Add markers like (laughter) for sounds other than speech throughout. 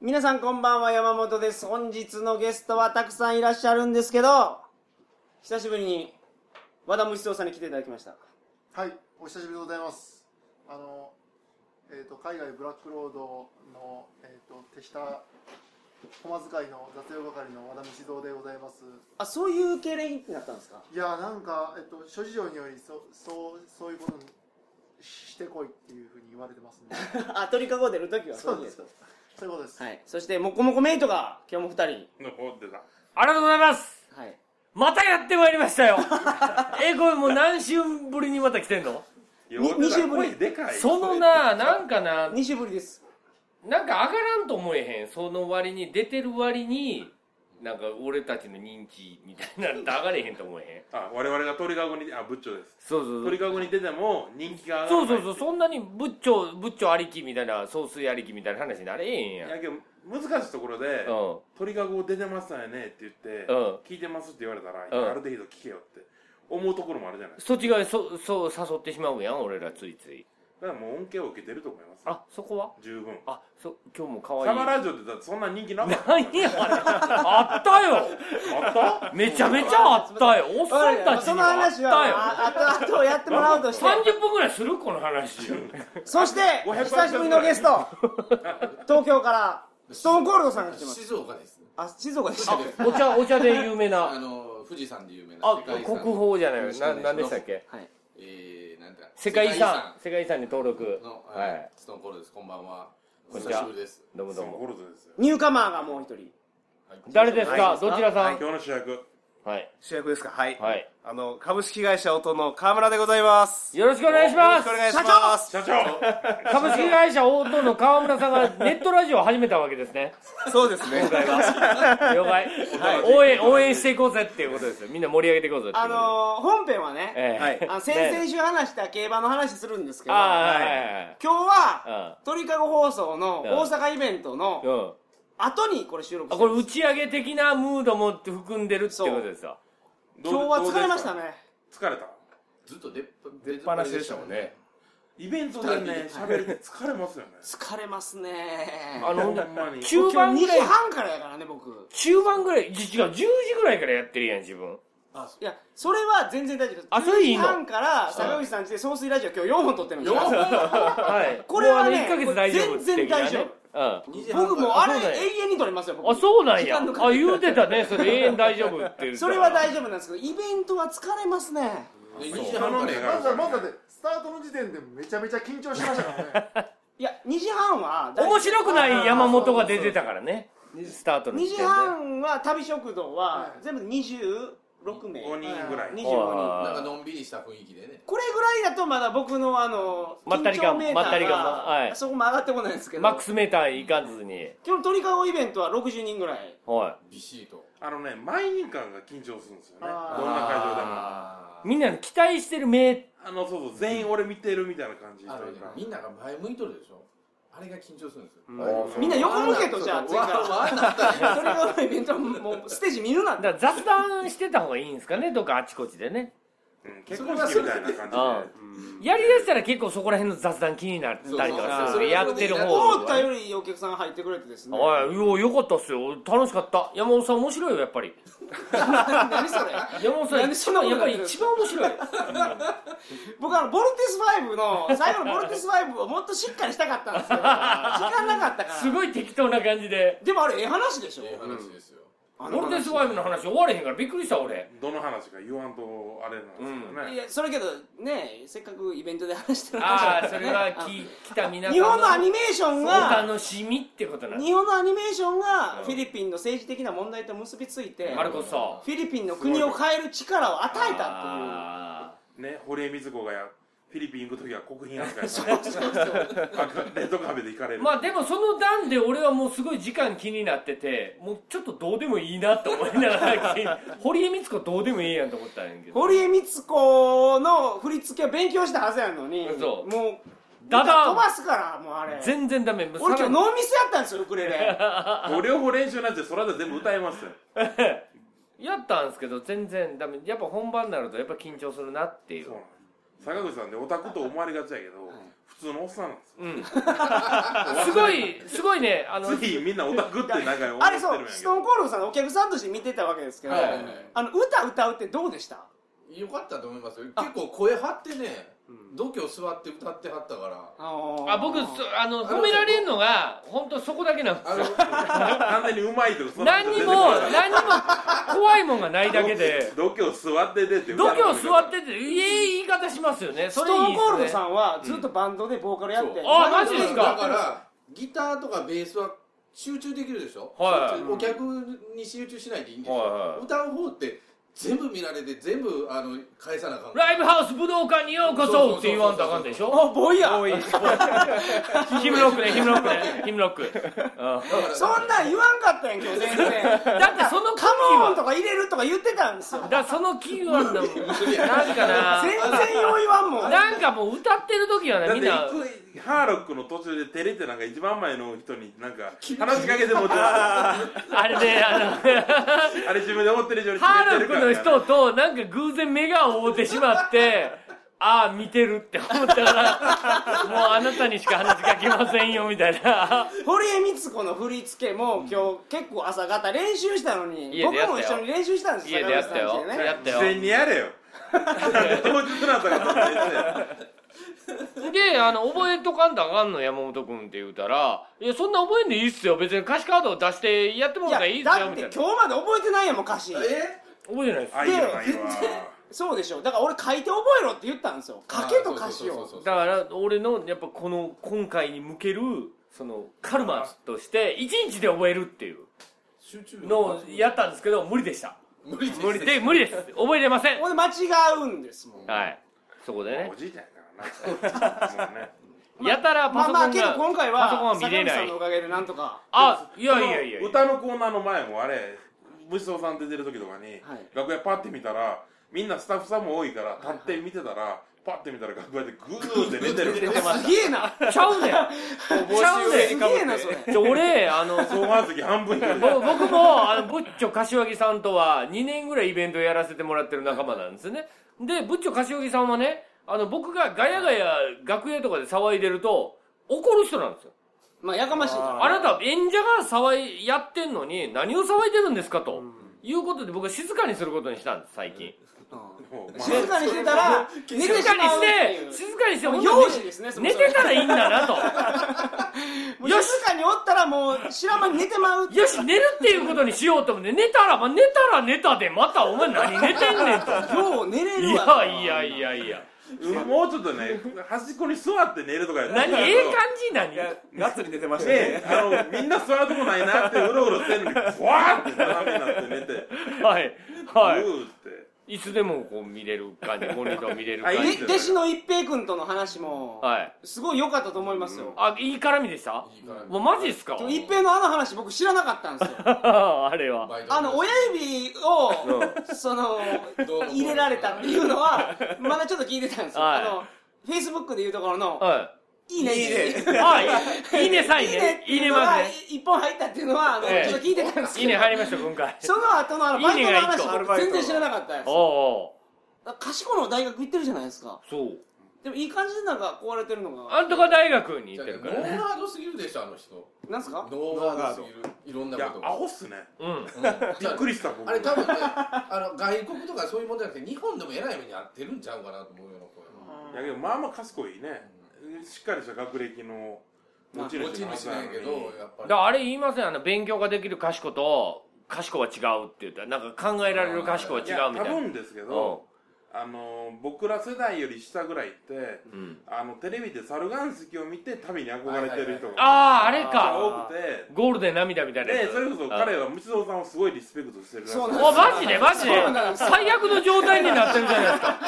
皆さんこんばんは山本です本日のゲストはたくさんいらっしゃるんですけど久しぶりに和田無思想さんに来ていただきましたはい、お久しぶりでございます。あの、えっ、と、海外ブラックロードの、えっ、と、手下。駒使いの雑用係の和田道蔵でございます。あそういう経歴になったんですかいや、なんか、えっ、と、諸事情により、そ、そう、そういうことに。してこいっていうふうに言われてますんで。 (laughs) あ鳥かご出る時は (laughs) そうですそうそういうことです。はいそしてもこもこメイトが今日も2人の方でさありがとうございますはいまたやってまいりました (laughs) よえこれもう何週ぶりにまた来てんの二週ぶり声でかいそのななんかな2週ぶりですなんか上がらんと思えへんその割に出てる割になんか俺たちの認知みたいなんて上がれへんと思えへんあ我々が鳥籠にあ部長ですそうそう鳥籠に出ても人気が上がらそうないそうそうそんなに仏頂仏頂ありきみたいな総帥ありきみたいな話になれへんやんやけど難しいところでうん「鳥籠出てますよね」って言ってうん「聞いてます」って言われたら「いうんやある程度聞けよ」って思うところもあるじゃないそっち側にそそう誘ってしまうやん俺らついついだからもう恩恵を受けてると思いますあそこは十分あそ今日も可愛いサマラジオってだってそんな人気なかった (laughs) 何やあれあったよあっためちゃめちゃあったよ。おっさん (laughs) わかるたよちそにのはあっ話はたよ。ああとあとやってもらおう (laughs) として30分ぐらいするこの話。そして500久しぶりのゲスト東京からストーンコールドさんが来てます静岡ですあ静岡でしたねお茶、お茶で有名あ (laughs) な。の富士山で有名なあ世界、遺産国宝じゃないよろよ。しくな、お願いしますなんでしたっけはいえー、なんていうか世界遺産。世界遺産に登録世界遺産。の、ははいい。ストーンコールですこんばんはこんにちは久しぶりですどうもどうそうゴも。ルドですよニューカマーがもう一人はい誰ですはかいどちらさ今ん日の主役はい。主役ですかはい、はい。あの株式会社音の川村でございますよろしくお願いしよろましすくお願いします社長株式会社オートの川村さん (laughs) がネットラジオを始めたわけですね。そうですね了解。応援、応援していこうぜっていうことですよ。みんな盛り上げていこうぜっていうあのー本編はねええ (laughs) はいあの先々ね週話した競馬の話するんですけどあ今あ、はいはいはい。日は鳥かご放送のうん大阪イベントのうん。後にこれ収録あしてこれる打ち上げ的なムードも含んでるってことですかどう今日は疲れましどたうねですか疲れたずっと出っ出っ放しでしたもんねイベントでね喋るって疲れます (laughs) よね疲れますねあのほんまに中今盤日2ぐ時らい半からやからね僕中盤ぐらいじ違う10時ぐらいからやってるやん (laughs) 自分いやそれは全然大丈夫ですあそれいいの10時半から坂口さんちで総水ラジオ今日4本撮ってるんですよ4はいこれはねもうあの1ヶ月大丈夫全然大丈夫的なね2時半僕もあれそうだよ永遠に撮りますようん僕あそうなん時や間の関あ係言うてたねそれ永遠大丈夫っていうそれは大丈丈夫なんですけどイベントは疲れますねで2時半からやまだまだで、スタートの時点でめちゃめちゃ緊張してましたからね。いや2時半は大面白くない山本が出てたからねスタートの2時時点で半は旅食堂ははい全部26名5人ぐらい25は人いなんかのんびりした雰囲気でねこれぐらいだとまだ僕のあのまったり感緊張メーターまったり感もはいそこも上がってこないんですけどマックスメーターいかずに今日の鳥かごイベントは60人ぐら (laughs) いはびっしりとあのね、満員感が緊張するんですよね。どんなあー会場でも。あいみんなの期待してる目あの、そうそう、全員俺見てるみたいな感じーとあのいねうか。みんなが前向いとるでしょあれが緊張するんですよみんな横向けとじゃあわ次からわなったら鳥かごイベントはもうステージ見るなっだて (laughs) から雑談してた方がいいんですかねどっかあちこちでねうん結婚式みたいな感やりだしたら結構そこら辺の雑談気になったりとかするんでやってる方思ったよりお客さん入ってくれてですねおいよよかったっすよ楽しかった山本さん面白いよやっぱり (laughs) 何それ山本さんなんでそんなことやっぱやってるんりです一番面白い僕あのボルティス5の最後のボルティス5をもっとしっかりしたかったん (laughs) ですけど時間なかったからすごい適当な感じででもあれええ話でしょええ話ですよあの俺話デスワイムの話終われへんからびっくりした俺じで。どの話か言わんと、あれなんですけどいね。やそれけどねせっかくイベントで話してる話だかあ (laughs) あらそれはき北あ皆の日さ本のアんのニメーションおが楽しみってことなんだ日本のアニメーションがうんフィリピンの政治的な問題と結びついてマルコスさんフィリピンの国を変える力を与えたっあね、堀江水子がやフィリピン行くときは国賓扱いさ (laughs) れて赤レッドカーペット行かれーる。まあでもその段で俺はもうすごい時間気になっててもうちょっとどうでもいいなと思いながら堀江光子どうでもいいやんと思ったんやけていうど堀江光子の振り付けを勉強したはずやのにそうもうだだ飛ばすからもうあれ全然ダメもう俺今さら日にノーミスやったんですよウクレレご両方練習なんて空で全部歌えますよ。やったんですけど全然ダメやっぱ本番になるとやっぱ緊張するなっていそううなんです坂口さんでオタクと思われがちやけど、普通のおっさんなんですよすごいすごいねあのついみんなオタクってなんか思あってれるんそうやスけトーどンコールドさんのお客さんとして見てたわけですけど、はいはいはいあの歌歌うってどうでしたよかったと思いますよ結構声張ってね度胸座って歌ってはったからあ僕そあの褒められるのが本当そこだけなんですあの完全にうまいとかそんなこ何とに出てもこない何にも怖いもんがないだけで度胸座って出て度胸座ってていい言い方しますよねストそれいいーンでコーすルドねさんはずっとバンドでボーカルやって、そうあマジですかだからギターとかベースは集中できるでしょ、はい集中お客に集中しないでいいんですよ、はいはい歌う方って全部見られて全部あの返さなあかんライブハウス武道館にようこそって言わんとあかんでしょあボイヤー (laughs) ヒムロックねヒムロックねヒムロックうんだからそんなん言わんかったやん今日全然だってそのカカモンはとか入れるとか言ってたんですよだからそのキーワードもなんか全な然よう言わんもんなんかもう歌ってる時はねだっみてんな行くハーロックの途中で照れてなんか一番前の人になんか話しかけて (laughs) もうてああれね (laughs) あのれ自分で思ってる以上にハー照れロッてクるからのね人となんか偶然目が合うてしまってああ見てるって思ったからもうあなたにしか話しかけませんよみたいな堀江光子の振り付けも今日結構朝方練習したのに家僕でやったよも一緒に練習したんです家でやった坂よ口さん家やった事前よにやれ (laughs) よ当日なんだからそんなやつやであの覚えとかんとあかんの山本君って言うたら「いやそんな覚えんでいいっすよ別に歌詞カードを出してやってもらったらいいいっやすだよ」っみてたい今な日まで覚えてないやんもん歌詞え覚えてないですあいいわいいわそうでしょだから俺書いて覚えろって言ったんですよ書けと歌詞をそうそうそうそうだから俺のやっぱこの今回に向けるそのカルマとして1日で覚えるっていう集中力のをやったんですけど無理でした無理です無理で無理です覚えれません俺間違うんですもんはいそこでねおじいちゃんやからなもうねやたらパまあソコンまが、あけど今回パソコンはは坂見れ口なさんいのおかげでなんとかあい (laughs) やいやいやいや歌のコーナーの前もあれ虫蔵さん出てる時とかに、はい楽屋パッて見たらみんなスタッフさんも多いから立って見てたら、パッて見たら楽屋でグーって寝て (laughs) るすげえなちゃう (laughs) ねんちゃうねすげえなそれじゃあ俺あの相反席半分にぼ僕もあのブッチョ柏木さんとは2年ぐらいイベントやらせてもらってる仲間なんですねでブッチョ柏木さんはねあの僕がガヤガヤ楽屋とかで騒いでると怒る人なんですよまあやかましいからあなた演者が騒いやってんのに何を騒いでるんですかと、いうことで僕は静かにすることにしたんです最近もうまあ静かにしてたら寝て静しまかうにっしていうて静かにしてもう本当に幼児ですねそも寝そもてたらいいんだなともう静かにおったらもう知らん間に寝てまうってよし寝るっていうことにしようと思って寝たら、まあ、寝たら寝たでまたお前何寝てんねんとよう (laughs) 寝れいるわやいやいやいやうんもうちょっとね端っこに座って寝るとかやったら何ええ感じ何ガッツリ出てましたねね。あのみんな座るとこないなってうろうろしてんのにふわーって斜めになって寝てはいはグーっていいつでもこう見れる感じモニター見れるあ感いいじで弟子の一平君との話もはいすごい良かったと思いますよあいい絡みでしたいいからもうマジっすか一平のあの話僕知らなかったんですよあれはバイトあの親指をそのどうも入れられたっていうのはまだちょっと聞いてたんですよはいあのフェイスブックでいうところのはい「いいね」いいねあいいねさいいいねねっていいいねうのまがずね一本入ったっていうのはあのええちょっと聞いてたんですいけいどね入りました今回その後のあのバイトのいいねが一個話僕全然知らなかったですおお賢の大学行ってるじゃないですかうそうでもいい感じでなんか壊れてるのがあんとか大学に行ってるからノーねガードすぎるでしょあの人なんすかノーガードすぎるいろんないやことアがホっすねうんうんびっくりした僕あれ多分ねあの外国とかそういうもんじゃなくて日本でも偉い目に遭ってるんちゃうかなと思うような声いやけどまあまあ賢いね、しっかりした学歴の持ち主持ちの主はなずなんやのけにどやっだぱりからあれ言いませんあの勉強ができる賢と賢は違うって言ったらなんか考えられる賢は違うみいやたい多な分ですけど、あの僕ら世代より下ぐらいってうんうんあのテレビで猿岩石を見て旅に憧れてる人があああれか多くてゴールデン涙みたいなやでつそれこそ彼は虫蔵さんをすごいリスペクトしてるらしいそうなんおマジでマジでそうなんです最悪の状態になってるじゃないですか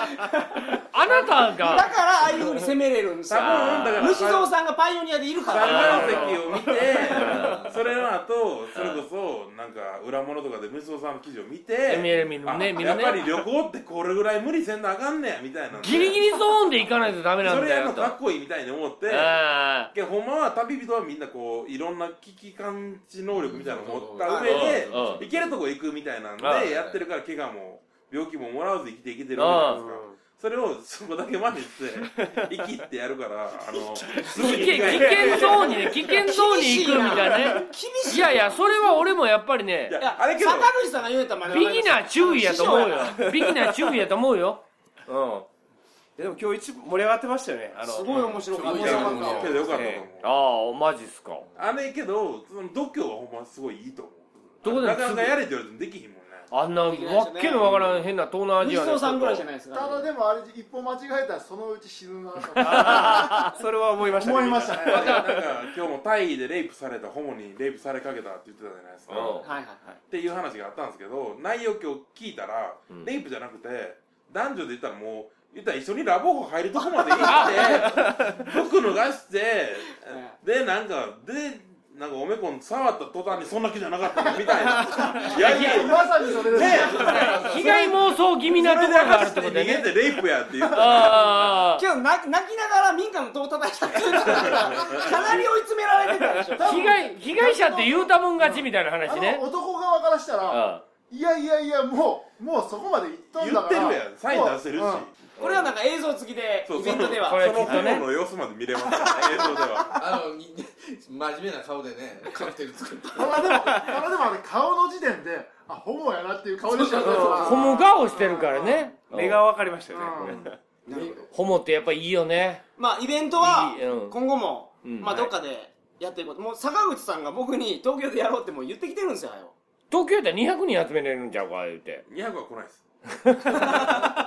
あなただかがらああいうふうに攻めれるんです多よ分だから虫蔵さんがパイオニアでいるか猿ら岩石を見てそれの後それこそなんか裏物とかで虫蔵さんの記事を見て見る見るあね見やるっねぱり旅行ってこれぐらい無理せんなあかんねやみたいなんでギリギリゾーンで行かないとダメなんそれだやるよのとかっこいいみたいに思ってあけどほんまは旅人はみんなこういろんな危機感知能力みたいなのを持った上でうんうん行けるとこ行くみたいなんうんでやってるから怪我も病気ももらわず生きていけてるわけじゃないですかそれをそこだけ真似して生きってやるからあのすご危い険危険ゾーンにね危険ゾーンに行くみたいなね厳しいいやいやそれは俺もやっぱりねいやいやあれけど坂口さんが言うたまでビギナー注意やと思うよ師匠やビギナー注意やと思うようんでも今日一盛り上がってましたよねあのすごい面白かっすたごいなけどよかったと思う、ああマジっすかあれけどその度胸はほんますごいいいと思うどこでもなかなかやれって言われてもできひんもんねあんなわっけのわからん変な東南アジ西アの蔵さんぐらいじゃなないですかただでもあれ一歩間違えたらそのうち死ぬなと (laughs) それは思いましたね思いましたねだからなんか今日もタイでレイプされたホモにレイプされかけたって言ってたじゃないですか、うんはいはいはいっていう話があったんですけど内容今日聞いたら、うんレイプじゃなくて男女で言ったらもう言ったら一緒にラブホ入るとこまで行って (laughs) 服脱がしてでなんかでなんかおめこん触った途端にそんな気じゃなかったのみたい (laughs) ないやいやまさにそれですね被害妄想気味なところがあるってことそれだでよ逃ねげてレイプやって言うあ今日泣泣きながら民家の戸を叩いたっていうのがかなり追い詰められてたでしょ (laughs) あ被害被害者って言うたもん勝ちみたいな話あねの男側からしたらあいやいやいやもうもうそこまで行ったん言だっかてらるやんサイン出せるし、うんこれはなんか映像付きでそうイそベンのトではこそれのホモの様子まで見れますからね映像ではあのに真面目な顔でねカクテル作ってただでも (laughs) ただでもあれ顔の時点であホモやなっていう顔でしたよねそうそうそうあホモ顔してるからね目が分かりましたよねうんホモってやっぱいいよねまあイベントはいいうん今後もうんまあどっかでやっていこうともう坂口さんが僕に東京でやろうってもう言ってきてるんですよ東京やったら200人集めれるんちゃうか言うて200は来ないです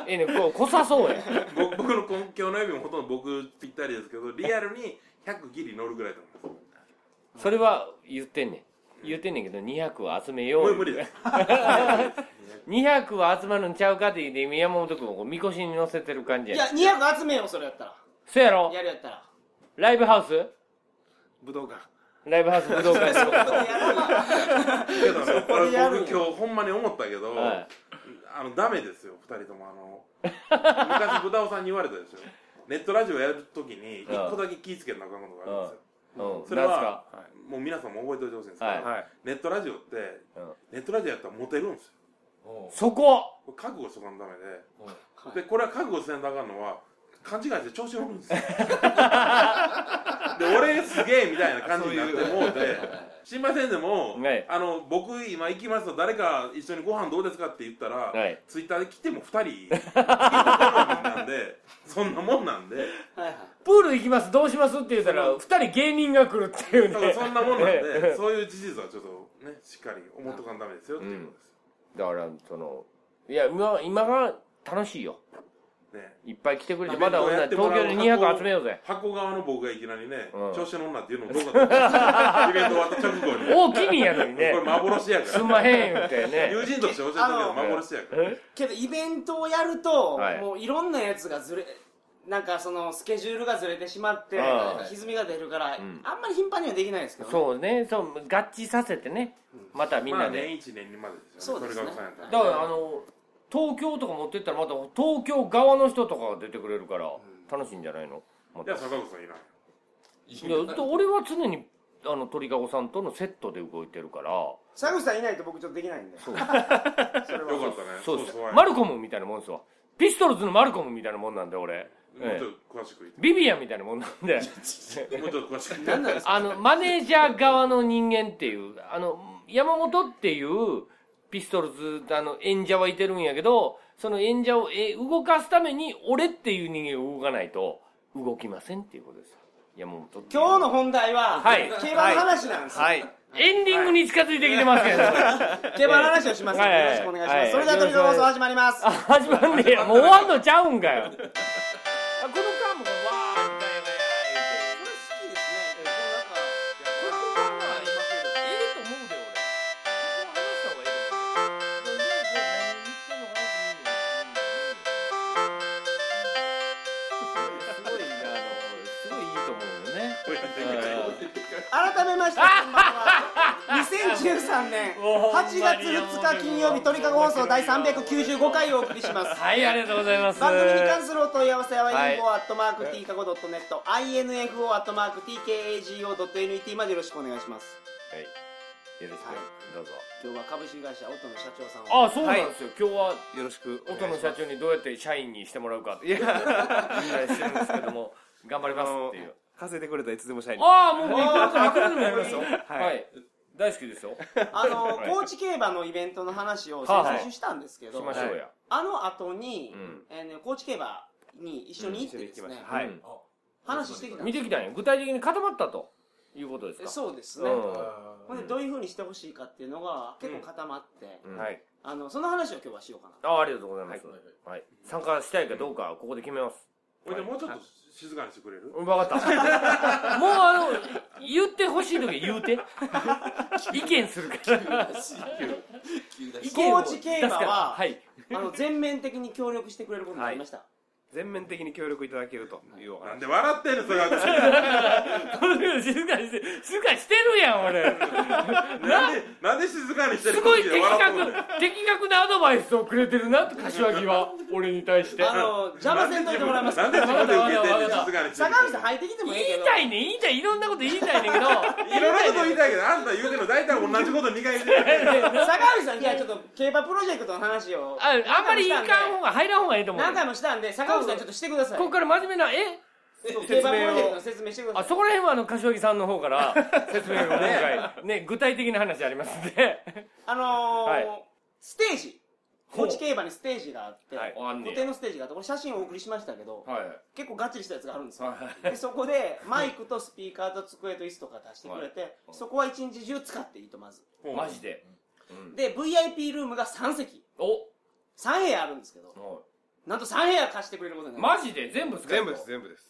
ええねこう来さそうや僕僕の今日の指もほとんど僕ぴったりですけどリアルに100ギリ乗るぐらいだと思いますそれは言ってんねん言ってんねんけど200は集めよもうう無理です200は集まるんちゃうかって言って山本君をこうみこしに乗せてる感じいやや200集めようそれやったらそやろやるやったらライブハウス武道館ライブハウス武道館 (laughs) けどねこでやるんや僕今日ほんまに思ったけど、はいあのダメですよ2人ともあの昔ブダオさんに言われたで (laughs) しょネットラジオやるときに1個だけ気ぃつけなあかんことがあるんですようんそれなんはすかもう皆さんも覚えておいてほしいんですけど、はいはいネットラジオって、うんネットラジオやったらモテるんですよそここれ覚悟しとかのためではいでこれは覚悟せんとあかんのは勘違いして調子乗るんですよ (laughs) で俺すげえみたいな感じになってもうて新馬戦でも、はいあの僕今行きますと誰か一緒にご飯どうですかって言ったら、はいツイッターで来ても2人一人なんで (laughs) そんなもんなんではいはいプール行きますどうしますって言ったら2人芸人が来るっていうだからねそんなもんなんねでそういう事実はちょっとねしっかり思っとかんダメですよっていうことです、 (laughs) だからそのいや今今が楽しいよねいっぱい来てくれてイベまンだトをほんなやらって東もらう京で200集めようぜ箱側の僕がいきなりね、うん調子乗んなっていうのもどうかと思いますイベント終わった直後に、(laughs) 大きいやのに (laughs) ねこれ幻やかすらんまへん言うてね (laughs) 友人として教えてるけど幻やからえけどイベントをやると、はいもういろんなやつがずれなんかそのスケジュールがずれてしまってああ歪みが出るから、んあんまり頻繁にはできないですけどね、そうねそう合致させてねまたみんまなあで、年1年2までですよねそうですねれがさんやったらだからあの東京とか持ってったらまた東京側の人とかが出てくれるから楽しいんじゃないの、まいたや坂口さんいらんいや俺は常にあの鳥かごさんとのセットで動いてるから坂口さんいないと僕ちょっとできないんでそうれはよかったねそうですそうそうマルコムみたいなもんですわピストルズのマルコムみたいなもんなんで俺、もうえちょえっと詳しく言っビビアンみたいなもんなんでてもうちょっと詳しく言って何なんですかあのマネージャー側の人間っていうあの山本っていうピストルズあの演者はいてるんやけどその演者をえ動かすために俺っていう人間が動かないと動きませんっていうことです山本っていう今日の本題は、はい競馬の話なんですよ、はいエンディングに近づいてきてますけど、競馬の話をしますので、はいよろしくお願いします、はいそれでは鳥の放送始まりますあ始まんねえやもう終わんのちゃうんかよあこの間もこうわーみたいな好きですねええと思うで俺ここ話した方がええと思うで俺これ何言ってんのかなって思うよすごいあのすごいいいと思うよね改めましてこんばんは2013年8月2日金曜日鳥かご放送第395回をお送りしますはいありがとうございます番組に関するお問い合わせははい info at mark tkago.net info at mark tkago.net までよろしくお願いしますよろしく、はいどうぞ今日は株式会社音の社長さんをあそうなんですよ、今日はよろしくお音願いのしま社す長にどうやって社員にしてもらうかって (laughs) いやしてるんですけども頑張りますっていう稼いでくれたらいつでも社員にああもういくらでもやりますよはい、大好きですよあのはい高知競馬のイベントの話を先はあはあ々週したんですけどしましょうや、あの後にうんえーね高知競馬に一緒に行ってですねはういん話してきたん見でてきたんや具体的に固まったということですかすそうですねうんほんでどういうふうにしてほしいかっていうのが結構固まってうんはいあのその話を今日はしようかなああありがとうございます、はいはい参加したいかどうかここで決めます、ほいでもうちょっと静かにしてくれるうん、分かった (laughs) もうあの言ってほしい時は言うて意見するから急だ意し見を高知競馬は出すからはいあの全面的に協力してくれることになりました。全面的に協力いただけるというお話なんで笑ってんのそれは (laughs) 静かにして静かにしてるやん俺なんでなんで静かにしてるすごい空気的で笑ってんの確的確なアドバイスをくれてるなって柏木は俺に対してあの邪魔せんといてもらいますかなんで自分で受けてんの静かにしてる坂空口気さん入ってきてもいいけ言いど。たいねん言いたいいろんなこと言いたいねん (laughs) けどいろんなこと言いたいけどあんた言うてんの大体同じこと2回言うてるやん坂口さんにはちょっと競馬プロジェクトの話をああんまりいかん方が入らん方がいいと思う何回もしたんで坂口さんちょっとしてください。ここから真面目なえそう競馬プロジェクトの説明してくだあさそい。こら辺はあの柏木さんの方から説 (laughs) 明を今回ね具体的な話ありますんであのーはいステージ。高知競馬にステージがあって、はいあんねや固定のステージがあって、これ写真をお送りしましたけど、はい結構ガッチリしたやつがあるんですよ。でそこでマイクとスピーカーと机と椅子とか出してくれて、そこは一日中使っていいとまず。 (laughs) マジでで VIP ルームが3席お3部屋あるんですけどなんと3部屋貸してくれることになる、マジで全部使えるの全部です全部です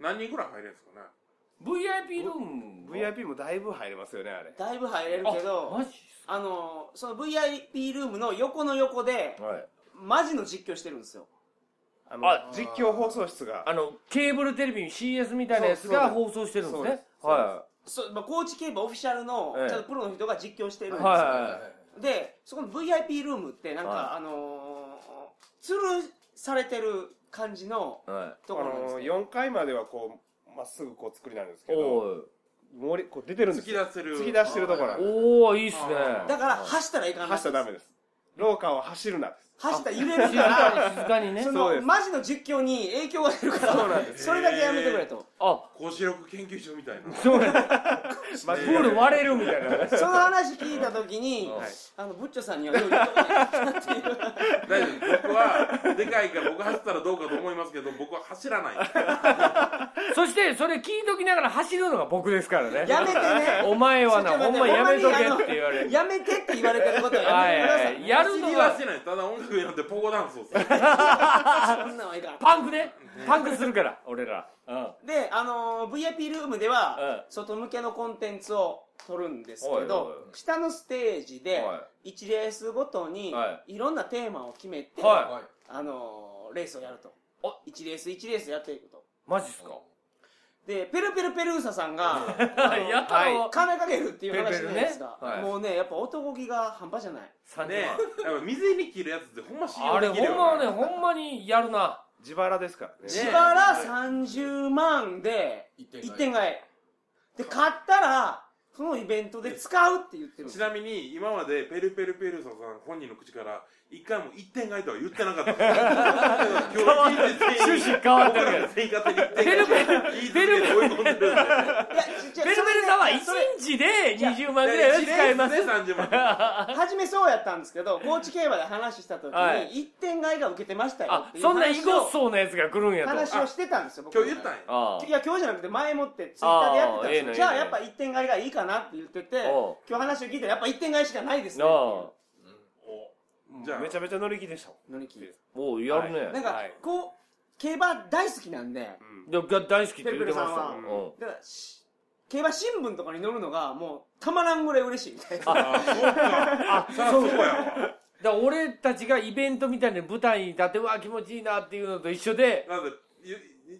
何人ぐらい入れるんですかね VIP ルーム VIP もだいぶ入りますよねあれだいぶ入れるけあどマジっすあのその VIP ルームの横の横でかはいマジの実況してるんですよあのあ実況放送室があのケーブルテレビ CS みたいなやつが放送してるんですそうでねすはそう、まあ、高知競馬オフィシャルの、ええちゃんとプロの人が実況してるんでいすよ、はでそこの VIP ルームってなんか、はあのー、吊るされてる感じのいはとこあろなんですのよ、 4階まではこうまっすぐこう作りなんですいけど森こう出てる突んですきよ出せる突き出してるところおおいいっすねだから走ったらいかんらし走いったらダメです廊下を走るなです走ったら揺れる静かからに静かにねそそうのですマジの実況に影響が出るからそれだけやめてくれとあ公視力研究所みたいなそうやまプずール割れるみたいなその話聞いた時に、あのブッチョさんにはよう言うとこないなっていう大丈夫僕はでかいから僕走ったらどうかと思いますけど僕は走らないそしてそれ聞いときながら走るのが僕ですからねやめてね (laughs) お前はなちょっほんとま待ってやめとけほんまにって言われるやめてって言われてることはやめてください、はいはいやるの走りはがしてないただ音楽に乗ってポゴダンスをするそんなんはいいからパンクねパンクするから俺らうんで、あのー VIP ルームではう外向けのコンテンツを撮るんですけはいはいど下のステージでは1レースごとにはいろんなテーマを決めて、はいはいあのーレースをやるとあ1レース1レースやっていくとマジっすかでペルペルペルーサさん (laughs) がやったはいろ金かけるっていう話じゃないですか、ペルペルねはいもうねやっぱ男気が半端じゃない三ね点やっぱ水に切るやつってほんま信あ用れできるほんまよはねほんまにやるな自腹ですからねね自腹30万で一点買い1点買いで買ったらそのイベントで使うって言ってるんでちすよなみに今までペルペルペルソさん本人の口から一回も一点買いとは言ってなかった今日趣旨変わって僕るから (laughs) らの全員勝手に一点買いペルペル追い込んでるんでいやちちベルベルさんはそれね1日で20万ぐらいは使いますで30万それ初めそうやったんですけど高知競馬で話した時にはい1点買いが受けてましたよあっていうそんなイ話ゴをッソーなやつが来るんやと話をしてたんですよ僕今日言ったんやあいや今日じゃなくて前もってツイッターでやってたんですよあーええねじゃあええねやっぱ1点買いがいいかなって言ってておう今日話を聞いたらやっぱ1点買いしかないですねってあじゃあめちゃめちゃ乗り気でしたもいう乗り切りおうやるねはなんか、こう競馬大好きなんで、んでが大好きって言ってましたペもルペんうんだからし競馬新聞とかに載るのがもうたまらんぐらい嬉しいみたいなあそうやわだから俺たちがイベントみたいな舞台に立ってうわ気持ちいいなっていうのと一緒でだってゆ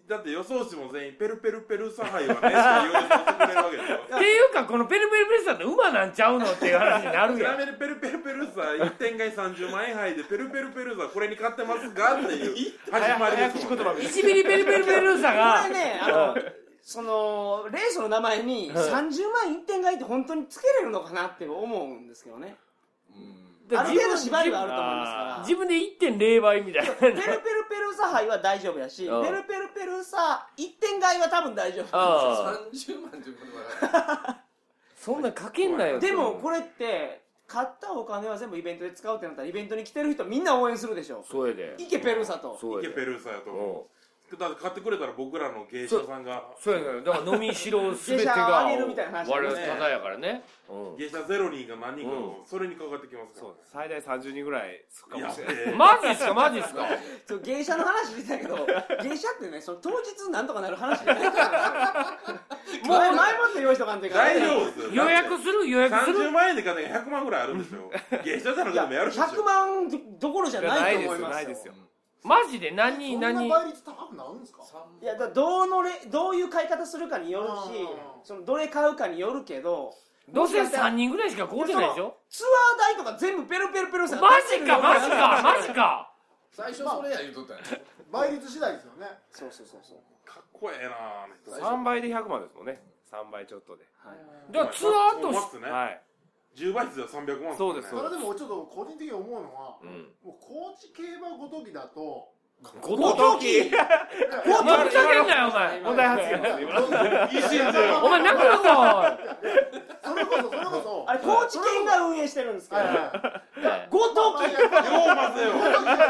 だって予想手も全員ペルペルペルサハイはねって言われてくれるわけでっていうかこのペルペルペルさんの馬なんちゃうのっていう話になるすよちやなんみにペルペルペルサ1点買い30万円杯でペルペルペルサこれに買ってますかっていう始まりですもんね1ミリペルペルペルさんがこれねあのそのレースの名前に30万一点買いって本当につけれるのかなって思うんですけどねうんある程度縛りはあると思いますから自分で1.0倍みたいなペルペルペルサ杯は大丈夫やし、うんペルペルペルサ一点買いは多分大丈夫ああ30万っていうことだからそんなんかけんなよでもこれって買ったお金は全部イベントで使うってなったらイベントに来てる人みんな応援するでしょそうやでイケペルサとそうイやケペでルーサやとうん思うだって買ってくれたら僕らの芸者さんがそうやねだから飲みしろ全芸て者がをあげるみたいな話だ我よね々ただやからねう芸者ゼロ人が何人かうそれにかかってきますからそうです最大30人ぐらいつくかやっもしてれないんマジっすかマジっすかそう芸者の話出たけ (laughs) ど芸者ってねその当日なんとかなる話じゃないから (laughs) もう前もって用意しとかんといかん大丈夫です予約する予約す30る万円で買ったら100万ぐらいあるんですよ芸者さんのいでやもやるでしょ100万どころじゃないと思いますよないですよマジで何人そ何ん人な倍率高くなるんですか三いやだからどうのれどういう買い方するかによるしうんそのどれ買うかによるけどどうせ3人ぐらいしか買うてないでしょツアー代とか全部ペロペロペロさマジかマジかマジか最初それや言うとったんや倍率次第ですよねそうそうそうそうかっこええなあの人3倍で100万ですもんね3倍ちょっとでだからツアーとしして、はい10倍率では300万そうですそれでもちょっと個人的に思うのは、うんもう高知競馬ごときだとごときおお前 (laughs) ふざけんなよお前問題発言です今いい信じよお前泣くのかそれこそそれこそあれ高知県が運営してるんですけどはいはいおいごときまあようまぜよこの時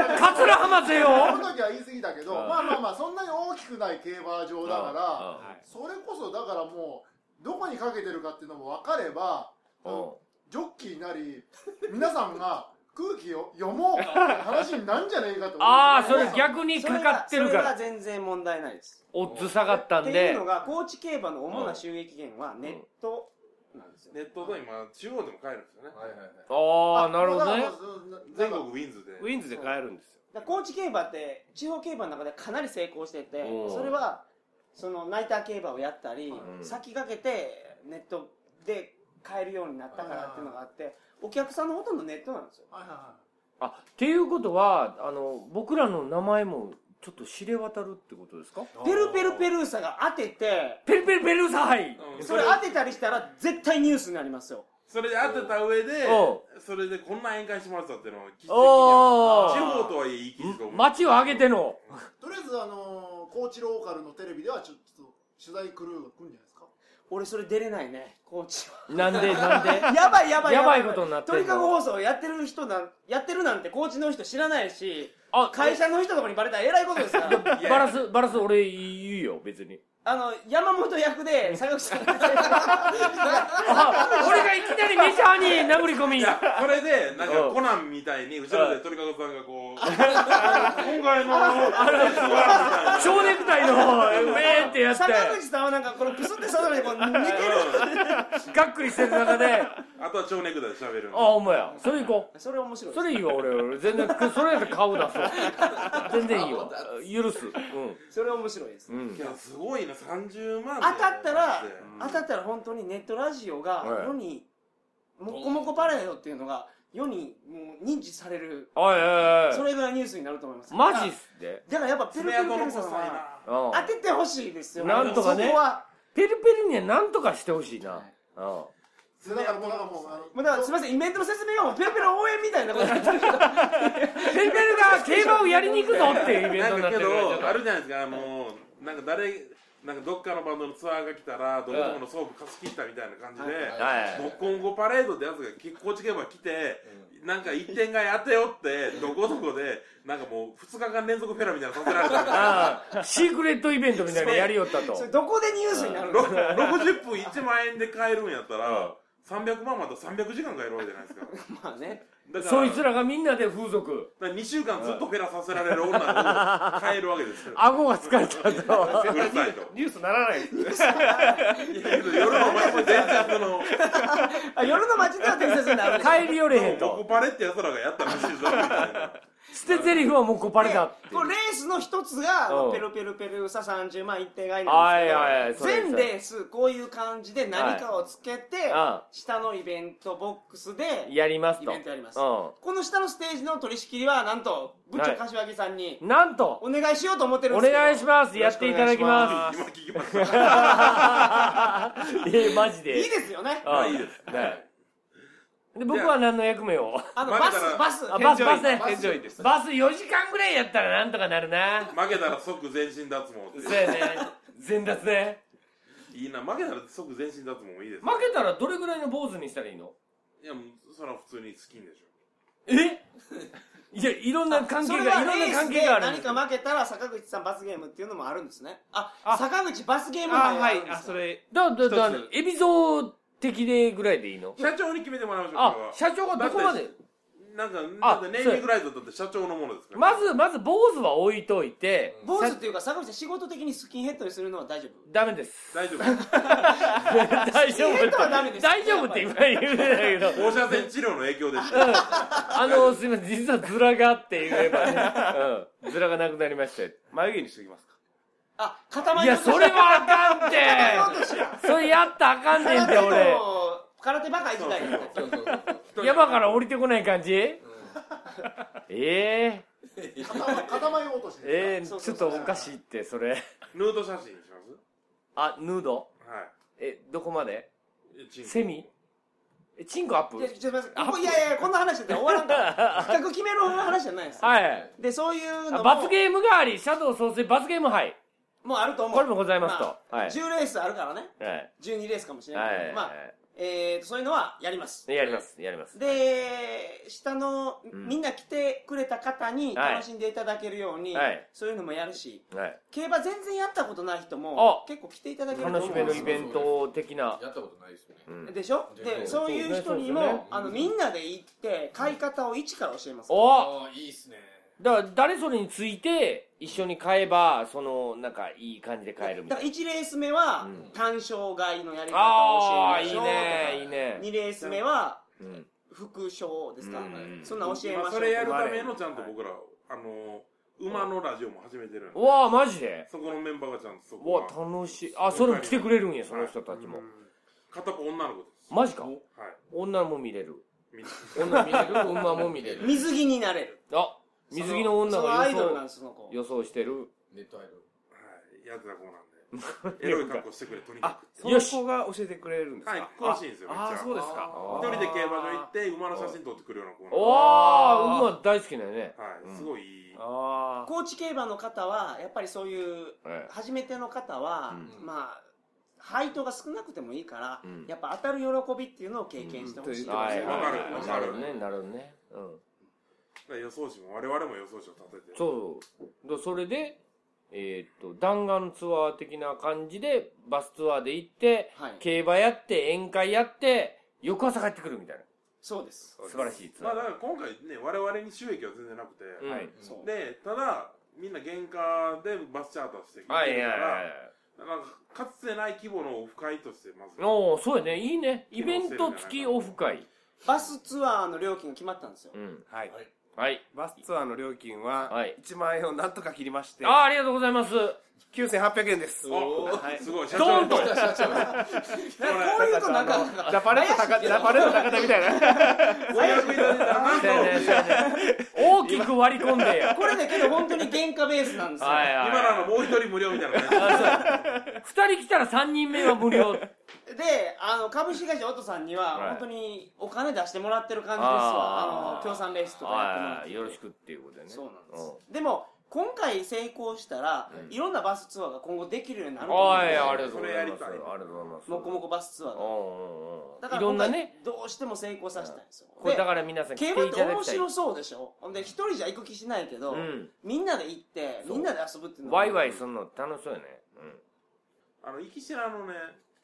は桂浜勢よこの時は言い過ぎだけど、まあまあまあそんなに大きくない競馬場だから、それこそだからもうどこにかけてるかっていうのも分かれば、ジョッキーなり皆さんが空気を読もうって話になるんじゃねえかと思う。ああそれ逆にかかってるかそれがら全然問題ないですオッズ下がったっんていうでのが高知競馬の主な収益源はネットなんですよネットで今中央でも買えるんですよねはいはいはいああなるほどね全国ウィンズでウィンズで買えるんですよだから高知競馬って地方競馬の中でかなり成功しててうんそれはそのナイター競馬をやったり、うん先駆けてネットで買えるようになったからっていうのがあってお客さんのほとんどネットなんですよはいはいはいあっていうことはあの僕らの名前もちょっと知れ渡るってことですかペルペルペルーサが当ててペルペルペルサイうんそれ当てたりしたら絶対ニュースになりますよそれで当てた上でおそれでこんな宴会しましたっていうのは奇跡的におー地方とはいえいい記事と思う街を挙げてのとりあえずあのー高知ローカルのテレビではちょっと取材クルーが来るんじゃないですか。俺それ出れないね高知はなんでなんで (laughs) やばいやばいやばいことになってんの鳥かご放送やってる人なんやってるなんて高知の人知らないしあ会社の人とかにバレたらえらいことですから (laughs) バラスバラス俺言うよ別にあの山本役で坂口さんが (laughs) あ俺がいきなりメジャーに殴り込みいやそれでなんうかんコナンみたいに後ろで鳥かごさんがこう今回のレースはみたいな蝶ネクタイのウェーってやって坂口さんはなんかこのプスって定めてこう寝てるがっくりしてる中であとは蝶ネクタイで喋るあほんまやそれ行こそれ面白ういそれいいわ俺俺全然それやったら顔出そう全然いいわ許すそれ面白いですうんうんいやすごいな30万当でたったらうん当たったら本当にネットラジオがはい世にもっこもこパレードっていうのが世にもう認知されるおいおいおいそれぐらいニュースになると思いますマジっすでだからやっぱペル爪ペルペル痕残さんさないはなうん当ててほしいですよなんとかねそこはペルペルにはなんとかしてほしいなうんそれだからもうだからもうあのもうだからすみませんイベントの説明はもうペルペル応援みたいなことになって (laughs) るけどペルペルが競馬をやりに行くぞっていうイベンなんトになかっけてるどあるじゃないですかもうなんか誰なんかどっかのバンドのツアーが来たらどこどこの倉庫貸し切ったみたいな感じではいもう今後パレードってやつがき高知競馬来てなんか一点買い当てよってどこどこでなんかもう2日間連続フェラみたいなのさせられたみたいなああシークレットイベントみたいなのやりよったとそれどこでニュースになるろ (laughs) の60分1万円で買えるんやったら300万また300時間買えるわけじゃないですかまあねだからそいつらがみんなで風俗だ2週間ずっとフェラさせられる女 (laughs) を買えるわけですよ顎が疲れたとうるさいとニュースならないですいや夜の街で伝説のあ夜の街では伝説になる帰り寄れへんモコとパレってやつらがやったらしいぞみたいな捨て台詞はもうこパレだっていうこれレースの一つが、うんペロペロペロさ30万一定買いなんはいはでいはいすそけれど全レースこういう感じで何かをつけて、うん下のイベントボックスでやりますとイベントやりますうこの下のステージの取り仕切りはなんと部長柏木さんにん、なんとお願いしようと思ってるんおですけど願いしますよやろしっくておいた願いだしきまま今聞きましたすえマジでいいですよねまあいいですねで僕は何の役目をあのまあバだからスバスバあバススバスね添乗員ですバス4時間ぐらいやったらなんとかなるな負けたら即全身脱毛そう (laughs) やね全脱ねいいな負けたら即全身脱毛もいいです負けたらどれぐらいの坊主にしたらいいのいやもうそれは普通に好きんでしょえ (laughs) いやいろんな関そ係れがはいろんレなース関で係があるんで何すよか負けたら坂口さん罰ゲームっていうのもあるんですねああ坂口罰ゲームあ杯があはるいんであすそよれだだだ一つエビゾー的でぐらいでいいの社長に決めてもらいましょうあこれは社長がどこまでなんかあなんかネーミングライトだって社長のものですからまずまず坊主は置いといて、坊主っていうか坂口さん仕事的にスキンヘッドにするのは大丈夫ダメです大丈夫 (laughs) 大丈スキンヘッドは夫ダメです大丈夫って今言うてたけど放射線治療の影響ですあのすいません実はズラがって言え (laughs) ばね、うん、ズラがなくなりましたよ眉毛にしときますかあ固まいりや落としそれはあかん (laughs) てそれやったらあかんねん空て手 (laughs) 俺の空手ばかり時代になっちゃうそうそうそう山から降りてこない感じええ固固まり落としですかええそうちそょうっそとうおかしいってそれヌード写真しまあヌードすはいえどこまでえチンコセミえチンコアップいやちょっと待ってここいやいやこんな話で終わらんから企画決める話じゃないですはいでそういうのあも罰ゲームがありシャドウ創生罰ゲーム杯もうあると思うこれもございますとあはい10レースあるからねはい12レースかもしれないけど、はいまあえーとそういうのはやりますやりますやりますで下のんみんな来てくれた方にはい楽しんでいただけるように、はいそういうのもやるしはい競馬全然やったことない人もあ結構来ていただけると楽思うしめんでのすイよベント的なやったことないですよねうんでしょででそういう人にも、そうですねあのみんなで行って買い方を一から教えますからおああいいっすねだから誰それについて一緒に買えばそのなんかいい感じで買えるみだたかいらな1レース目はうん単勝買いのやり方を教えまああいいしょうねいいね2レース目はうん副勝ですか、うんそんなん教えましょうまあそれやるためのちゃんと僕ら、あの馬のラジオも始めてるんでうわあマジでそこのメンバーがちゃんとそうこわは楽しいあそれも来てくれるんやその人たちも片っぽ女の子ですマジかはい女も見れるみんな女見れる馬も見れる水着になれるあ水着の女そのがア予イドルなんで想すその子予想してるネットアイドルはいやってた子なんでエロい格好してくれとにかあくその子が教えてくれるんですかはい詳しいんですよめっちああゃそうですかあ一ー人で競馬場行って馬の写真撮ってくるような子なんでおはお馬大好きだよねいすごいいいあ高知競馬の方はやっぱりそういうえ初めての方は、うんまあ配当が少なくてもいいから、うんやっぱ当たる喜びっていうのを経験してほしいえとうん思はいいまはすいよわはかるいなるほどねなるほどねうんだから予想士も我々も予想士を立ててそう。だそれで、えーっと、弾丸ツアー的な感じで、バスツアーで行って、はい競馬やって、宴会やって、翌朝帰ってくるみたいな。そうです素晴らしいツアまあー。だから今回ね我々に収益は全然なくてうんはいそうでただみんな原価でバスチャーターしてくはれいてはいるかはいはらなんかかつてない規模のオフ会としてまずい。おおそうやね。いいね。イベント付きオフ会。バスツアーの料金が決まったんですよ、うん。あはいはい。バスツアーの料金ははい1万円をなんとか切りましてああ、ありがとうございます。 9800円ですおはすごい社ド長ンと社長なんかこういうとなんかジャパネット (laughs) 高ジャパネット高田みたいなご予約いただいたらなんそとうやねそうやね大きく割り込んでよ。これねけど本当に原価ベースなんですよ、はいはい。今ならもう一人無料みたいな感じ二人来たら三人目は無料。であの株式会社オトさんにははい本当にお金出してもらってる感じですわ、ああーの協賛レースとかやってもらっはてい。よろしくっていうことでね。そうなんですでも今回成功したら、いろんなバスツアーが今後できるようになると思うんはでい、すよありがとうそございます。あれやりりたいがとうございます。もこもこバスツアーがだうんうんうんかいらろん今な回ね、どうしても成功させたいんですよ、これだから皆さん来て競い馬ったてだ面きたい白そうでしょほんで一人じゃ行く気しないけど、うんみんなで行ってみんなで遊ぶっていうのもワイワイするの楽しそうよねあの、生きしらのね、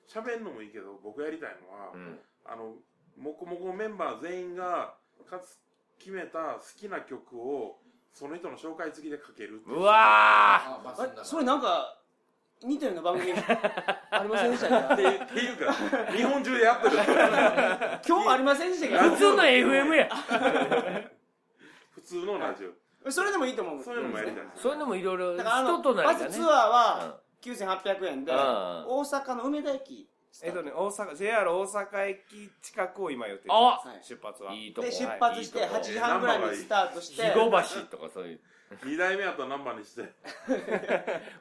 喋んのもいいけど、僕やりたいのは、うん、うん、あの、もこもこメンバー全員が、かつ、決めた好きな曲を、その人の紹介付きでかけるっていううわあバスあのれ中それなんか似たような番 (laughs) 組ありませんでしたっってけっていうか、日本中でやってる。今日ありませんでしたっけー普通の FM や普通のラジオ。それでもいいと思う (laughs) そういうのもやりたいそういうのもいろいろだからあの人となりバがスねツアーは9800円で、うん大阪の梅田駅スタえーっトとね、大阪、JR 大阪駅近くを今予定してあますはい出発は。いいとこで出発してはいいいと8こ時半ぐらいにスタートして肥後橋とかそういう二代目やったらナンバーにして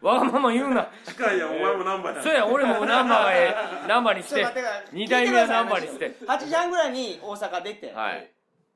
わがまま言う (laughs) な近いやんお前もナンバーやそうや俺もナンバーへナンバーにしちょってと待ってから二代目はナンバーにして8時半ぐらいに大阪出て、はい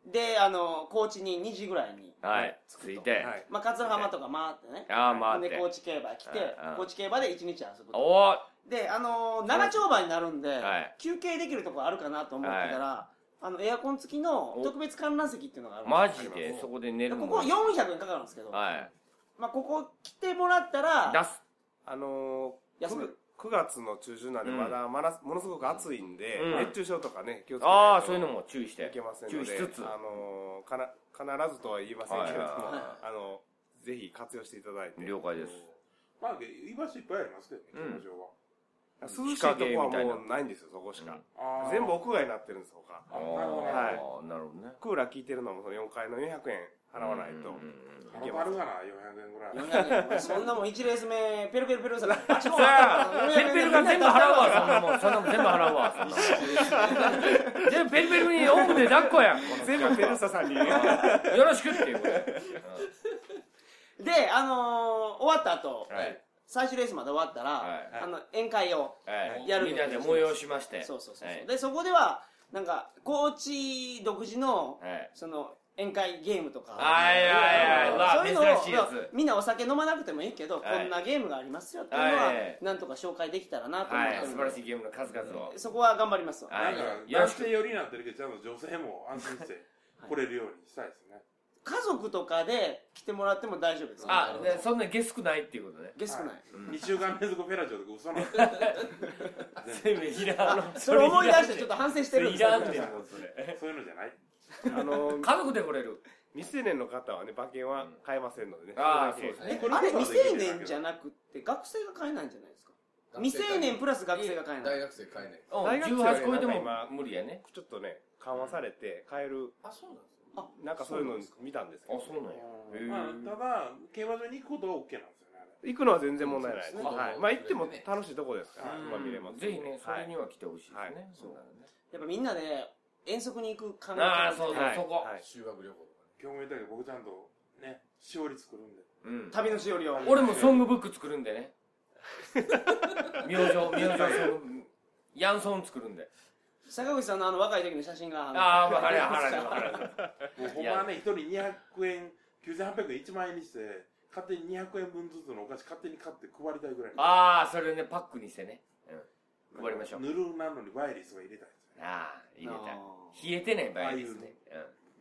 であの高知に2時ぐらいに、はいついてはいまあ、桂浜とか回ってねああ回っでて高知競馬来てうんうん高知競馬で1日遊ぶとおーであのー長丁場になるんで、はい休憩できるとこあるかなと思ってたら、あのエアコン付きの特別観覧席っていうのがあるんマですジでそこで寝るでこのこ400円かかるんですけど、はいまあ、ここ来てもらったら出すあのー、休む 9, 月の中旬なんで、まだまだものすごく暑いんで、うん熱中症とかね、気をつけないとああそういうのも注意していけません注の意しで、つつあのーかな、必ずとは言いませんけれども、はいはいはあの、ぜひ活用していただいて。了解ですまあ居場所いっぱいありますけどねうん競涼しいとこはもうないんですよ、そこしか。馬場は全部屋外になってるんです、他。あーなるほどねはいあーなるほどねクーラー効いてるのもその4階の400円払わないうとんうんうんいけあまるす。かな400円ぐらい400円そんなもん1レース目ペルペルペ (laughs) ルさバチコンそう (laughs) やペルペルが全部払うわそんなもんそんなもん全部払うわそんなもん全部ペルペルにおんぶで抱っこやんこの全部ペルサさんに。うん (laughs) よろしくっていうことやであのー終わった後、はい最終レースまで終わったら、はいあの宴会をはいやるみんなで催しましてそうそうそうそう、はいでそこではなんか高知独自の、はいその宴会ゲームとかはいはいそはいういうのを珍しいやつみんなお酒飲まなくてもいいけど、はいこんなゲームがありますよっていうのは、はいなんとか紹介できたらなと思ってはいる素ん晴でらしいゲームの数々をそこは頑張りますわ、なはいんかよろ男しく性寄りになってるけどちゃんと女性も安心して来れるようにしたいですね家族とかで来てもらっても大丈夫ですあでそんなゲスくないっていうことねゲスくない、 2週間連続フェラチオとか (laughs) 嘘なんですせめいらんそれ思い出してちょっと反省してるんいですよらんねんもんそれそういうのじゃないあの、家族で来れる未成年の方はね、馬券は買えませんのでね。ああそうですねえこれあれこ未そは成できるんだけど年じゃなくて学生が買えないんじゃないですか学未成年プラス学生生がが買えない大学生買えないうん大学生はね18超えてもなんか今無理やねちょっとね、緩和されて買える、あそうなんですよなんかそういうの見たんですあけど。そうなんやへーまあ、ただ競馬場に行くことは OK なんですよねあれ行くのは全然問題ないです。そうですねはい。まあ行っても楽しいとこですから、うん今見れます。ぜひねそれはいには来てほしいですね、はいそうなのねやっぱみんなで遠足に行く感ああそうそう、はいそこ、はい修学旅行とかね今日も言ったけど僕ちゃんとねしおり作るんでうん旅のしおりを俺もソングブック作るんでね明星明星ソングヤンソン作るんで坂口さんのあの若い時の写真がのああまああれはあれはあれはもうほんまはね一人200円9800円1万円にして勝手に200円分ずつのお菓子勝手に買って配りたいぐらいああそれをねパックにしてね、うん、配りましょうぬるなのにワイリスが入れたいですねああ入れたあい冷えてない場合ですね、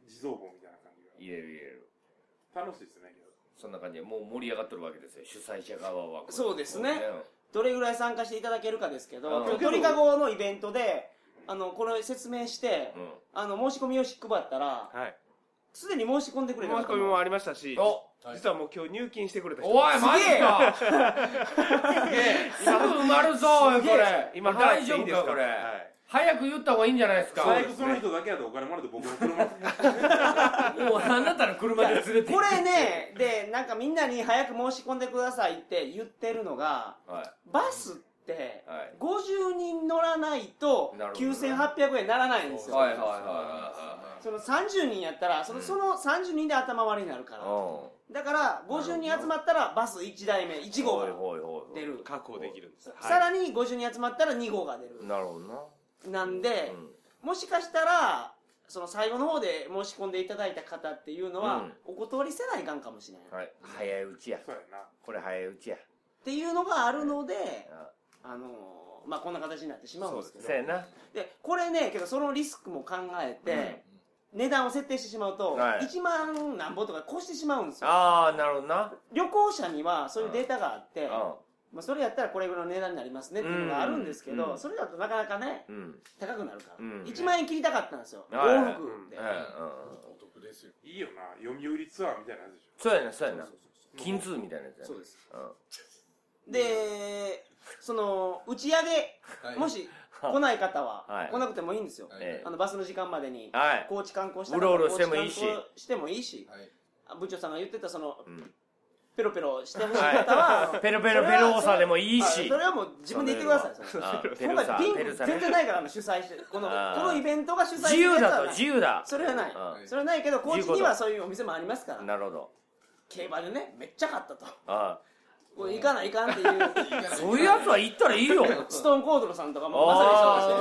地蔵棒みたいな感じうん、入れる入れるが楽しいですねそんな感じでもう盛り上がってるわけですよ主催者側はそうですねどれぐらい参加していただけるかですけどうん今日鳥かごのイベントであのこれ説明してうん、あの申し込みをし配ったらはい。すでに申し込んでくれ申した方込みもありましたし、お実はもう今日入金してくれた人おいマジかすぐ埋まるぞおいこれ今払大って丈いい夫ですかかこれ、はい早く言った方がいいんじゃないですか最悪その人だけやとお金もらって僕の車ももうなんだったら車で連れて行くこれねでなんかみんなに早く申し込んでくださいって言ってるのがはバスっていはい50人乗らないとなるほどね9800円ならないんですよはいはいはその30人やったらその,、うんその30人で頭割りになるからおだから50人集まったらバス1台目1号が出る確保できるんです。はいさらに50人集まったら2号が出るなるほどななんで、もしかしたらその最後の方で申し込んでいただいた方っていうのは、お断りせないかんかもしれない、うんはい早いうちやそうやなこれ早いうちやっていうのがあるので、ああのーまあこんな形になってしまうんですけどそうやなでこれねけどそのリスクも考えて、値段を設定してしまうと、はい1万なんぼとか越してしまうんですよああなるほどな旅行者にはそういうデータがあって、うまあ、それやったらこれぐらいの値段になりますねっていうのがあるんですけうんど、うんそれだとなかなかねんうん高くなるから、うん1万円切りたかったんですよ、はい往復で、お得ですよいいよな読売ツアーみたいなやつでしそうやなそうやな金通みたいなやつやなそうですうんでその打ち上げはいもし来ない方ははい来なくてもいいんですよ、はいええあのバスの時間までにはい高知観光したうろうろしてもいいし高知観光してもいいしはい部長さんが言ってたその、うんペロペロしてほしい方はペロペロペローさで (laughs) もいいしそれはもう自分で言ってくださいそれあペ今ルさ回ピんンペクルさん全然ないからあの主催して (laughs) このあーこのイベントが主催して自るや由つはないだと自由だそれはないうんそれはないけど高知に自由はだそういうお店もありますからなるほど競馬でねめっちゃ勝ったとあこれ行かないかんっていうあそういうやつは行ったらいいよストーンコードロさんとかもまさ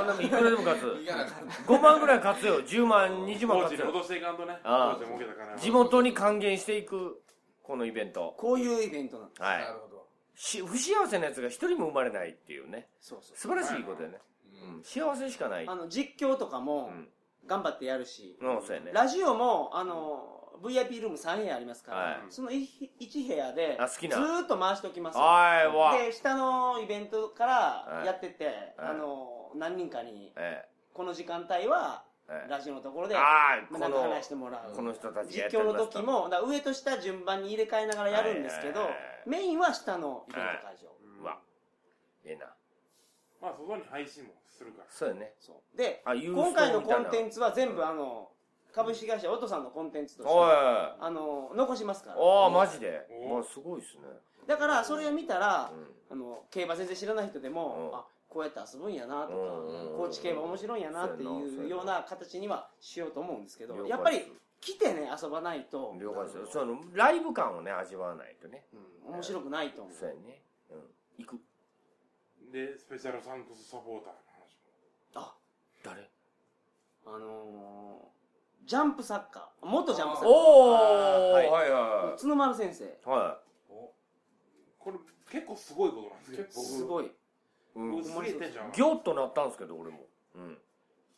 にそうあですあねいくらでも勝ついかなかった5万ぐらい勝つよ10万20万当時勝つによ戻していかんとねああ当時儲けた金は地元に還元していくこのイベントこういうイベントなんですはないるほどし不幸せなやつが一人も生まれないっていうねそうそう素晴らしいことだよね、うん、幸せしかないあの実況とかもうん頑張ってやるし、うんそうやねラジオもあの、VIP ルーム3部屋ありますから、はいその1部屋であ好きなずーっと回しておきますよはいわで下のイベントからやってて、はいあの何人かにえこの時間帯はええラジオのところえで、ああまこあ、なんかの話してもらうこの人たちがや実ってお況りのます時もだから上と下順番に入れ替えながらやるんですけど、はいはいメインは下のイベント会場、うわええなまあそこに配信もするからそうやねそうであユー今スト回のーンみたコいンなテンツは全部あの株式会社オトさんのコンテンツとしておいあの残しますからああマジでおまあすごいですねだからそれを見たらう、んあの競馬全然知らない人でも、うんあこうやって遊ぶんやなとか、うんうん高知競馬面白いんやなっていそうやなそううやなような形にはしようと思うんですけど了解やっぱり来てね遊ばないと、了解ですよそのライブ感をね味わわないとねうん面白くないと思うそうやねうん行くでスペシャルサンクスサポーターの話もあ誰あのー、ジャンプ作家元ジャンプ作家おおははいいはいは角丸先生いはこれ結構すごいことなんですけど僕すごいいうん僕すげえテンション上がるギョッとなったんですけど俺もうん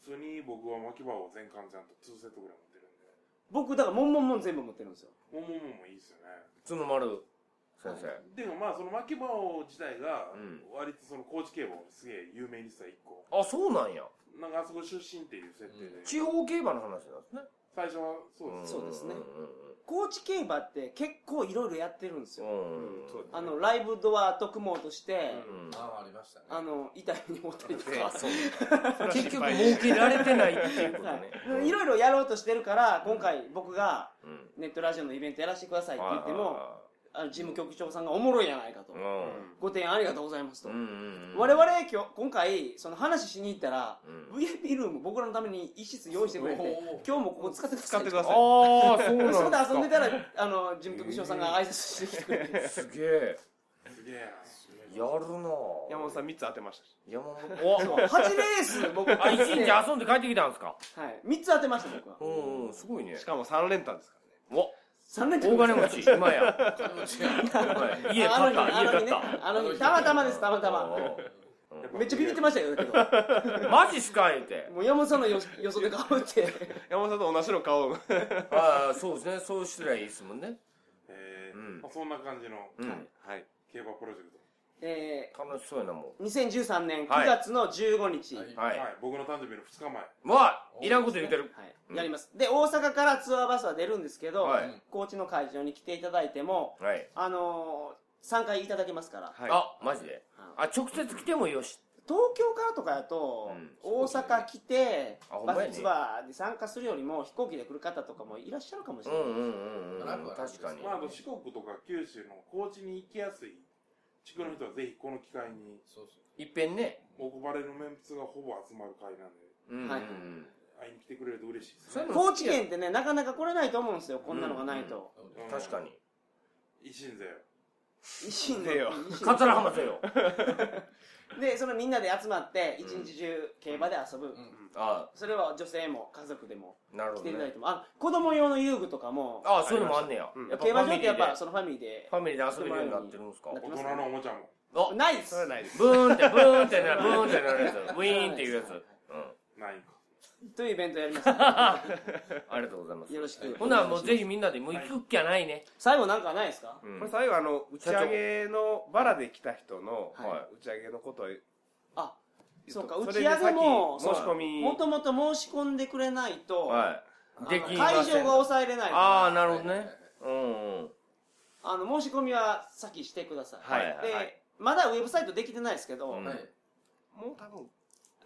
普通に僕は巻き場を全巻ちゃんと2セットぐらい持ってるんで僕だからモンモンモン全部持ってるんですよもうもうもうもいいですよね角丸先生でもまあその巻き場を自体がうん割とその高知競馬をすげえ有名にした一個あそうなんやなんかあそこ出身っていう設定で地方競馬の話なんですね最初はそうですそうですねんうん高知競馬って結構いろいろやってるんですよ、うんうんうんそうですねあのライブドア特毛として、うんああありましたねあの痛い目に持ったりとか結局儲けられてないっていうことねはいいろいろやろうとしてるから今回僕がうんネットラジオのイベントやらせてくださいって言ってはいもあの事務局長さんがおもろいやないかとはいはいご提案ありがとうございますとうんうんうん我々今日今回その話しに行ったらうん VIP ルーム僕らのために一室用意してくれておー今日もここ使ってくださいと使ってくださいああそうなんそこですで遊んでかたらあの事務局長さんが挨拶してきてくれ (laughs) てすげえすげえなやるな山本さん3つ当てましたし山本お8レース僕あ一日は遊んで帰ってきたんですかい3つ当てました僕はうんうんすごいねしかも3連単ですからねお3連大金あ持ち今や金持ちやはい (laughs) 家買のっ日たあの家買日っねたあの日たまたまですたまたまめっちゃビビってましたよだけどうんマジっすか言うてもう山本さんのよ予想でかぶって (laughs) 山本さんと同じの顔をああそうですねそうしたらいいですもんねえーうんまあそんな感じのうんはい競馬プロジェクえ楽しそうやなもー、2013年9月の15日、ははいんいはトいはい僕の誕生日の2日前まあいらんこと言うてるうんやりますで大阪からツアーバスは出るんですけど、はい高知の会場に来ていただいてもはいあのー、参加いただけますから、はいあマジではいあ直接来てもよし東京からとかやと、うん大阪来てあほんまバやねスツアーで参加するよりも飛行機で来る方とかもいらっしゃるかもしうれんない、うんうんうん楽は確楽ですかにまああと四国とか九州の高知に行きやすい地区の人はぜひこの機会にそうそういっぺんねおこばれのメンツがほぼ集まる会なんでうんうんうはいん会いに来てくれると嬉しいですそういねうの高知県ってねなかなか来れないと思うんですよこんなのがないと、そううん確かに維新勢維新の出よ維新の桂浜せよでそのみんなで集まって一日中競馬で遊ぶ、んあそれは女性も家族でもあなる来ほてどいただいねても、あの子供用の遊具とかもああそういうのもあんねやうんやっぱ競フ馬ァ場ミってリやーっでぱそのファミリーでファミリーで遊べるようになってるんですかなって大ます人のおもちゃもあないですそれはないですブーンってブーンってなるブーンってなるやつウィーンっていうやつうないんかというイベントをやります (laughs) のんありがとうございますでよろしくほなもうぜひみんなでもう行くっきゃないね最後なんかないですかうんこれ最後あの打ち上げのバラで来た人の、は打ち上げのことをあそうかそ打れちで上げもさっき申し込みもともと申し込んでくれないと、はいであのきま会せ場んが抑えれないからああなるほどはいはねうんうんあの申し込みは先してください、はいで、はいまだウェブサイトできてないですけど、うんいはいはいもう多分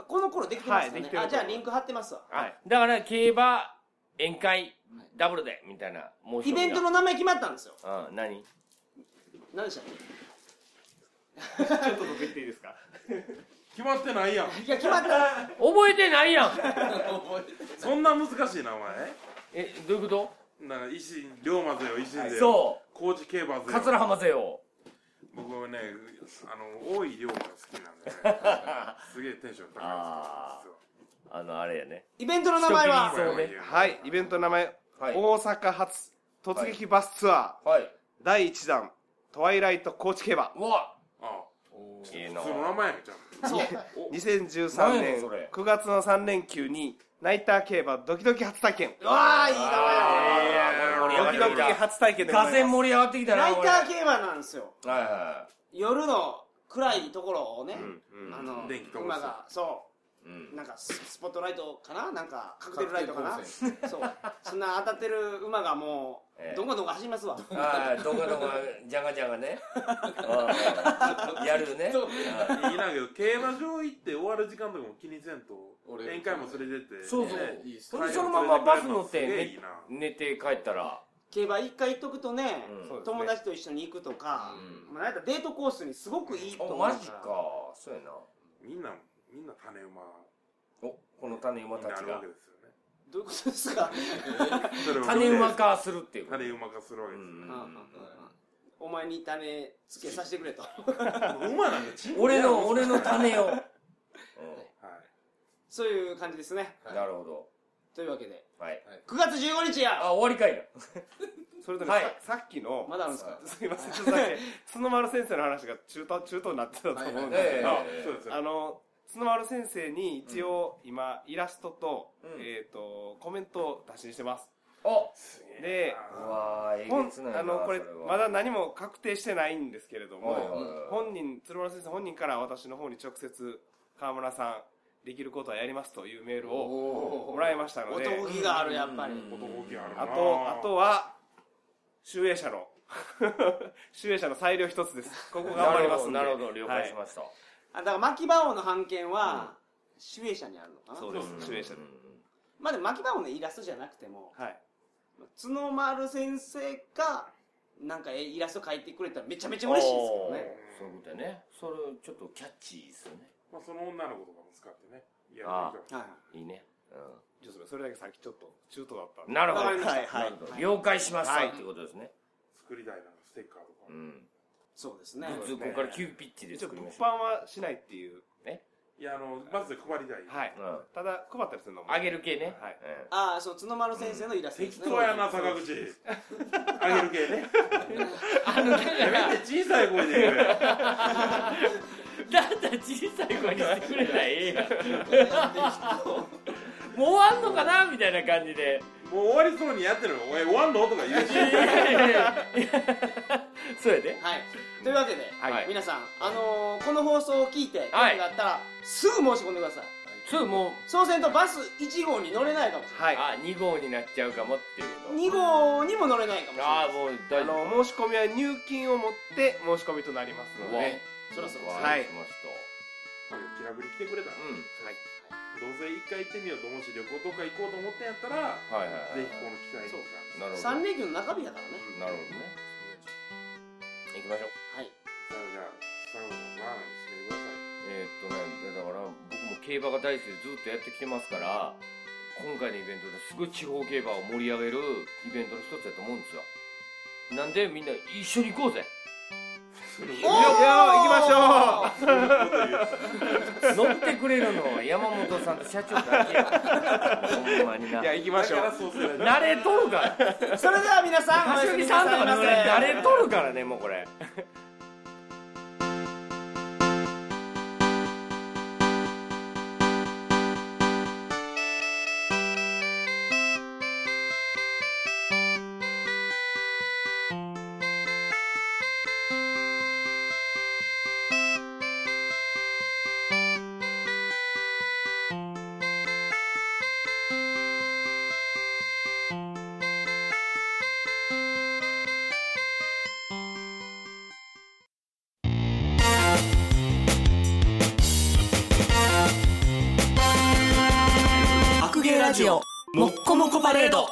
この頃できてますよはいでねき、てるあじゃあリンク貼ってますわあだから競馬宴会ダブルでみたいなもう一イ人がベントの名前決まったんですようん何何でしたっちょっと僕言っていいですか決まってないやんけいや決まった覚えてない (laughs) やんそんな難しい名えどういうこ前なんか維新龍馬勢よ維新と勢うそ高知競馬う勢桂浜勢よ僕はねあの多い龍馬が好きなんでね (laughs) すげえテンション高いんですよあのあれやねイベントの名前は人斬りそうね実ははい、イベントの名前、はい大阪発突撃バスツアー、はい第1弾、トワイライト高知競馬、うわあいいあな普通の名前やんちゃん2013何やねん年それ9月の3連休に、ナイター競馬ドキドキ初体験。うわあいい名前や盛り上がっドキてドきキた初体験でござ画い線ます。盛り上がってきたなナイこれター競馬なんですよはいはいは夜の暗いところをね、あの電気灯馬がそいうんうなんかススポットライトかななんかカクテルライトかなそうそんな当たってる馬がもええうどんこどんこ走りますわああどこどこじゃがじゃがねうんやるよねうんいいなけど競馬場行って終わる時間とかも気にせんと俺宴会も連れてってそうそうねいいっすそねれでそのままバス乗ってすげえいねいな寝て帰ったら競馬一回行っとくとね、うんそうですね友達と一緒に行くとか、うんまあ、なんかデートコースにすごくいいとあ思うマらジかそうやなみんなみんな種馬おこの種馬になたちるわがけですよねどういうことですか、それを見て種馬化するっていう種馬化するわけうですようんんうんうんうんお前に種つけさせてくれと馬なんかちん俺の俺の種を、はいそういう感じですねうんなるほどというわけではい9月15日やあ終わりかいなそれとね、はいささっきの、まだあるんですかすいま (laughs) せん、ちょっとだけ、 (laughs) 角丸先生の話が中途、中途になってたと思うんですけど、はいはいはいそうですよあの、角丸先生に一応今、イラストと、うんえっ、と、コメントを打診してます。おで、うわーえ本げつないなあの、これ、そはまだ何も確定してないんですけれどはいはいも、はい本人、鶴丸先生本人から私の方に直接、川村さん、できることはやりますというメールをもらいましたので、男気があるやっぱり、男気あるなあと、あとは、集英社の、 (laughs) 集英社の裁量一つです。ここ頑張りますんで。なるほどなるほど了解しはいました、あだから牧場王の版権は、主演者にあるのかなそうです、集英社で。まあでも牧場王のイラストじゃなくてもはい。角丸先生がなんかえイラスト描いてくれたらめちゃめちゃ嬉しいですけどねおーそういうことやねそれちょっとキャッチーですよねまあその女の子とかも使ってねやあるはいいいね、ちょっとそれだけ先ちょっと中途だったんうん、で。なるほど、わかりましたはいはいなるほど了解しました、はいってことですね作りたいなんかステッカーとかうんそうですね普通ここから急ピッチで一応作り物ま販しょはしないっていう。いやあのバスで配りたいはい。う、うん、ただ、困ったりするのも。あげる系ね、はいうんああそう角丸先生のイラストで適すね当やな坂口あげる系ねあのだからめっちゃ小さい声で言うやんだったら小さい声にしてくれたら (laughs) ええやんもう終わんのかなみたいな感じでもう終わりそうにやってるのおい終わんのとか言うしいやいやいやそうやではいというわけで、はい皆さん、あのーこの放送を聞いて興はい味があったら、すぐ申し込んでくださいそうもうそうせんとバス1号に乗れないかもしれあはい。2号になっちゃうかもっていうこない2号にも乗れないかもしれなとあいあもう大丈夫あの、申し込みは入金をもって申し込みとなりますので。はい。そろそろわはいわかりました気楽に来てくれたらうんどうせ一回行ってみようと思うし旅行とか行こうと思ってんやったらはいはいはいぜひこの機会にとかなるほど3連休の中日だからねなるほどね行きましょうはいさあじゃあサウナバーナにしてくださいえーっとねだから僕も競馬が大好きでずっとやってきてますから今回のイベントですごい地方競馬を盛り上げるイベントの一つだと思うんですよなんでみんな一緒に行こ (laughs) うぜおいや行きましょ乗ってくれるのは山本さんと社長だけ (laughs) やほんまにないや、行きましょう。慣れとるからうそれでは皆さんおや柏すみ木なさんさといかまのせ慣れとるからねもうこれ白芸ラジオもっこもこパレード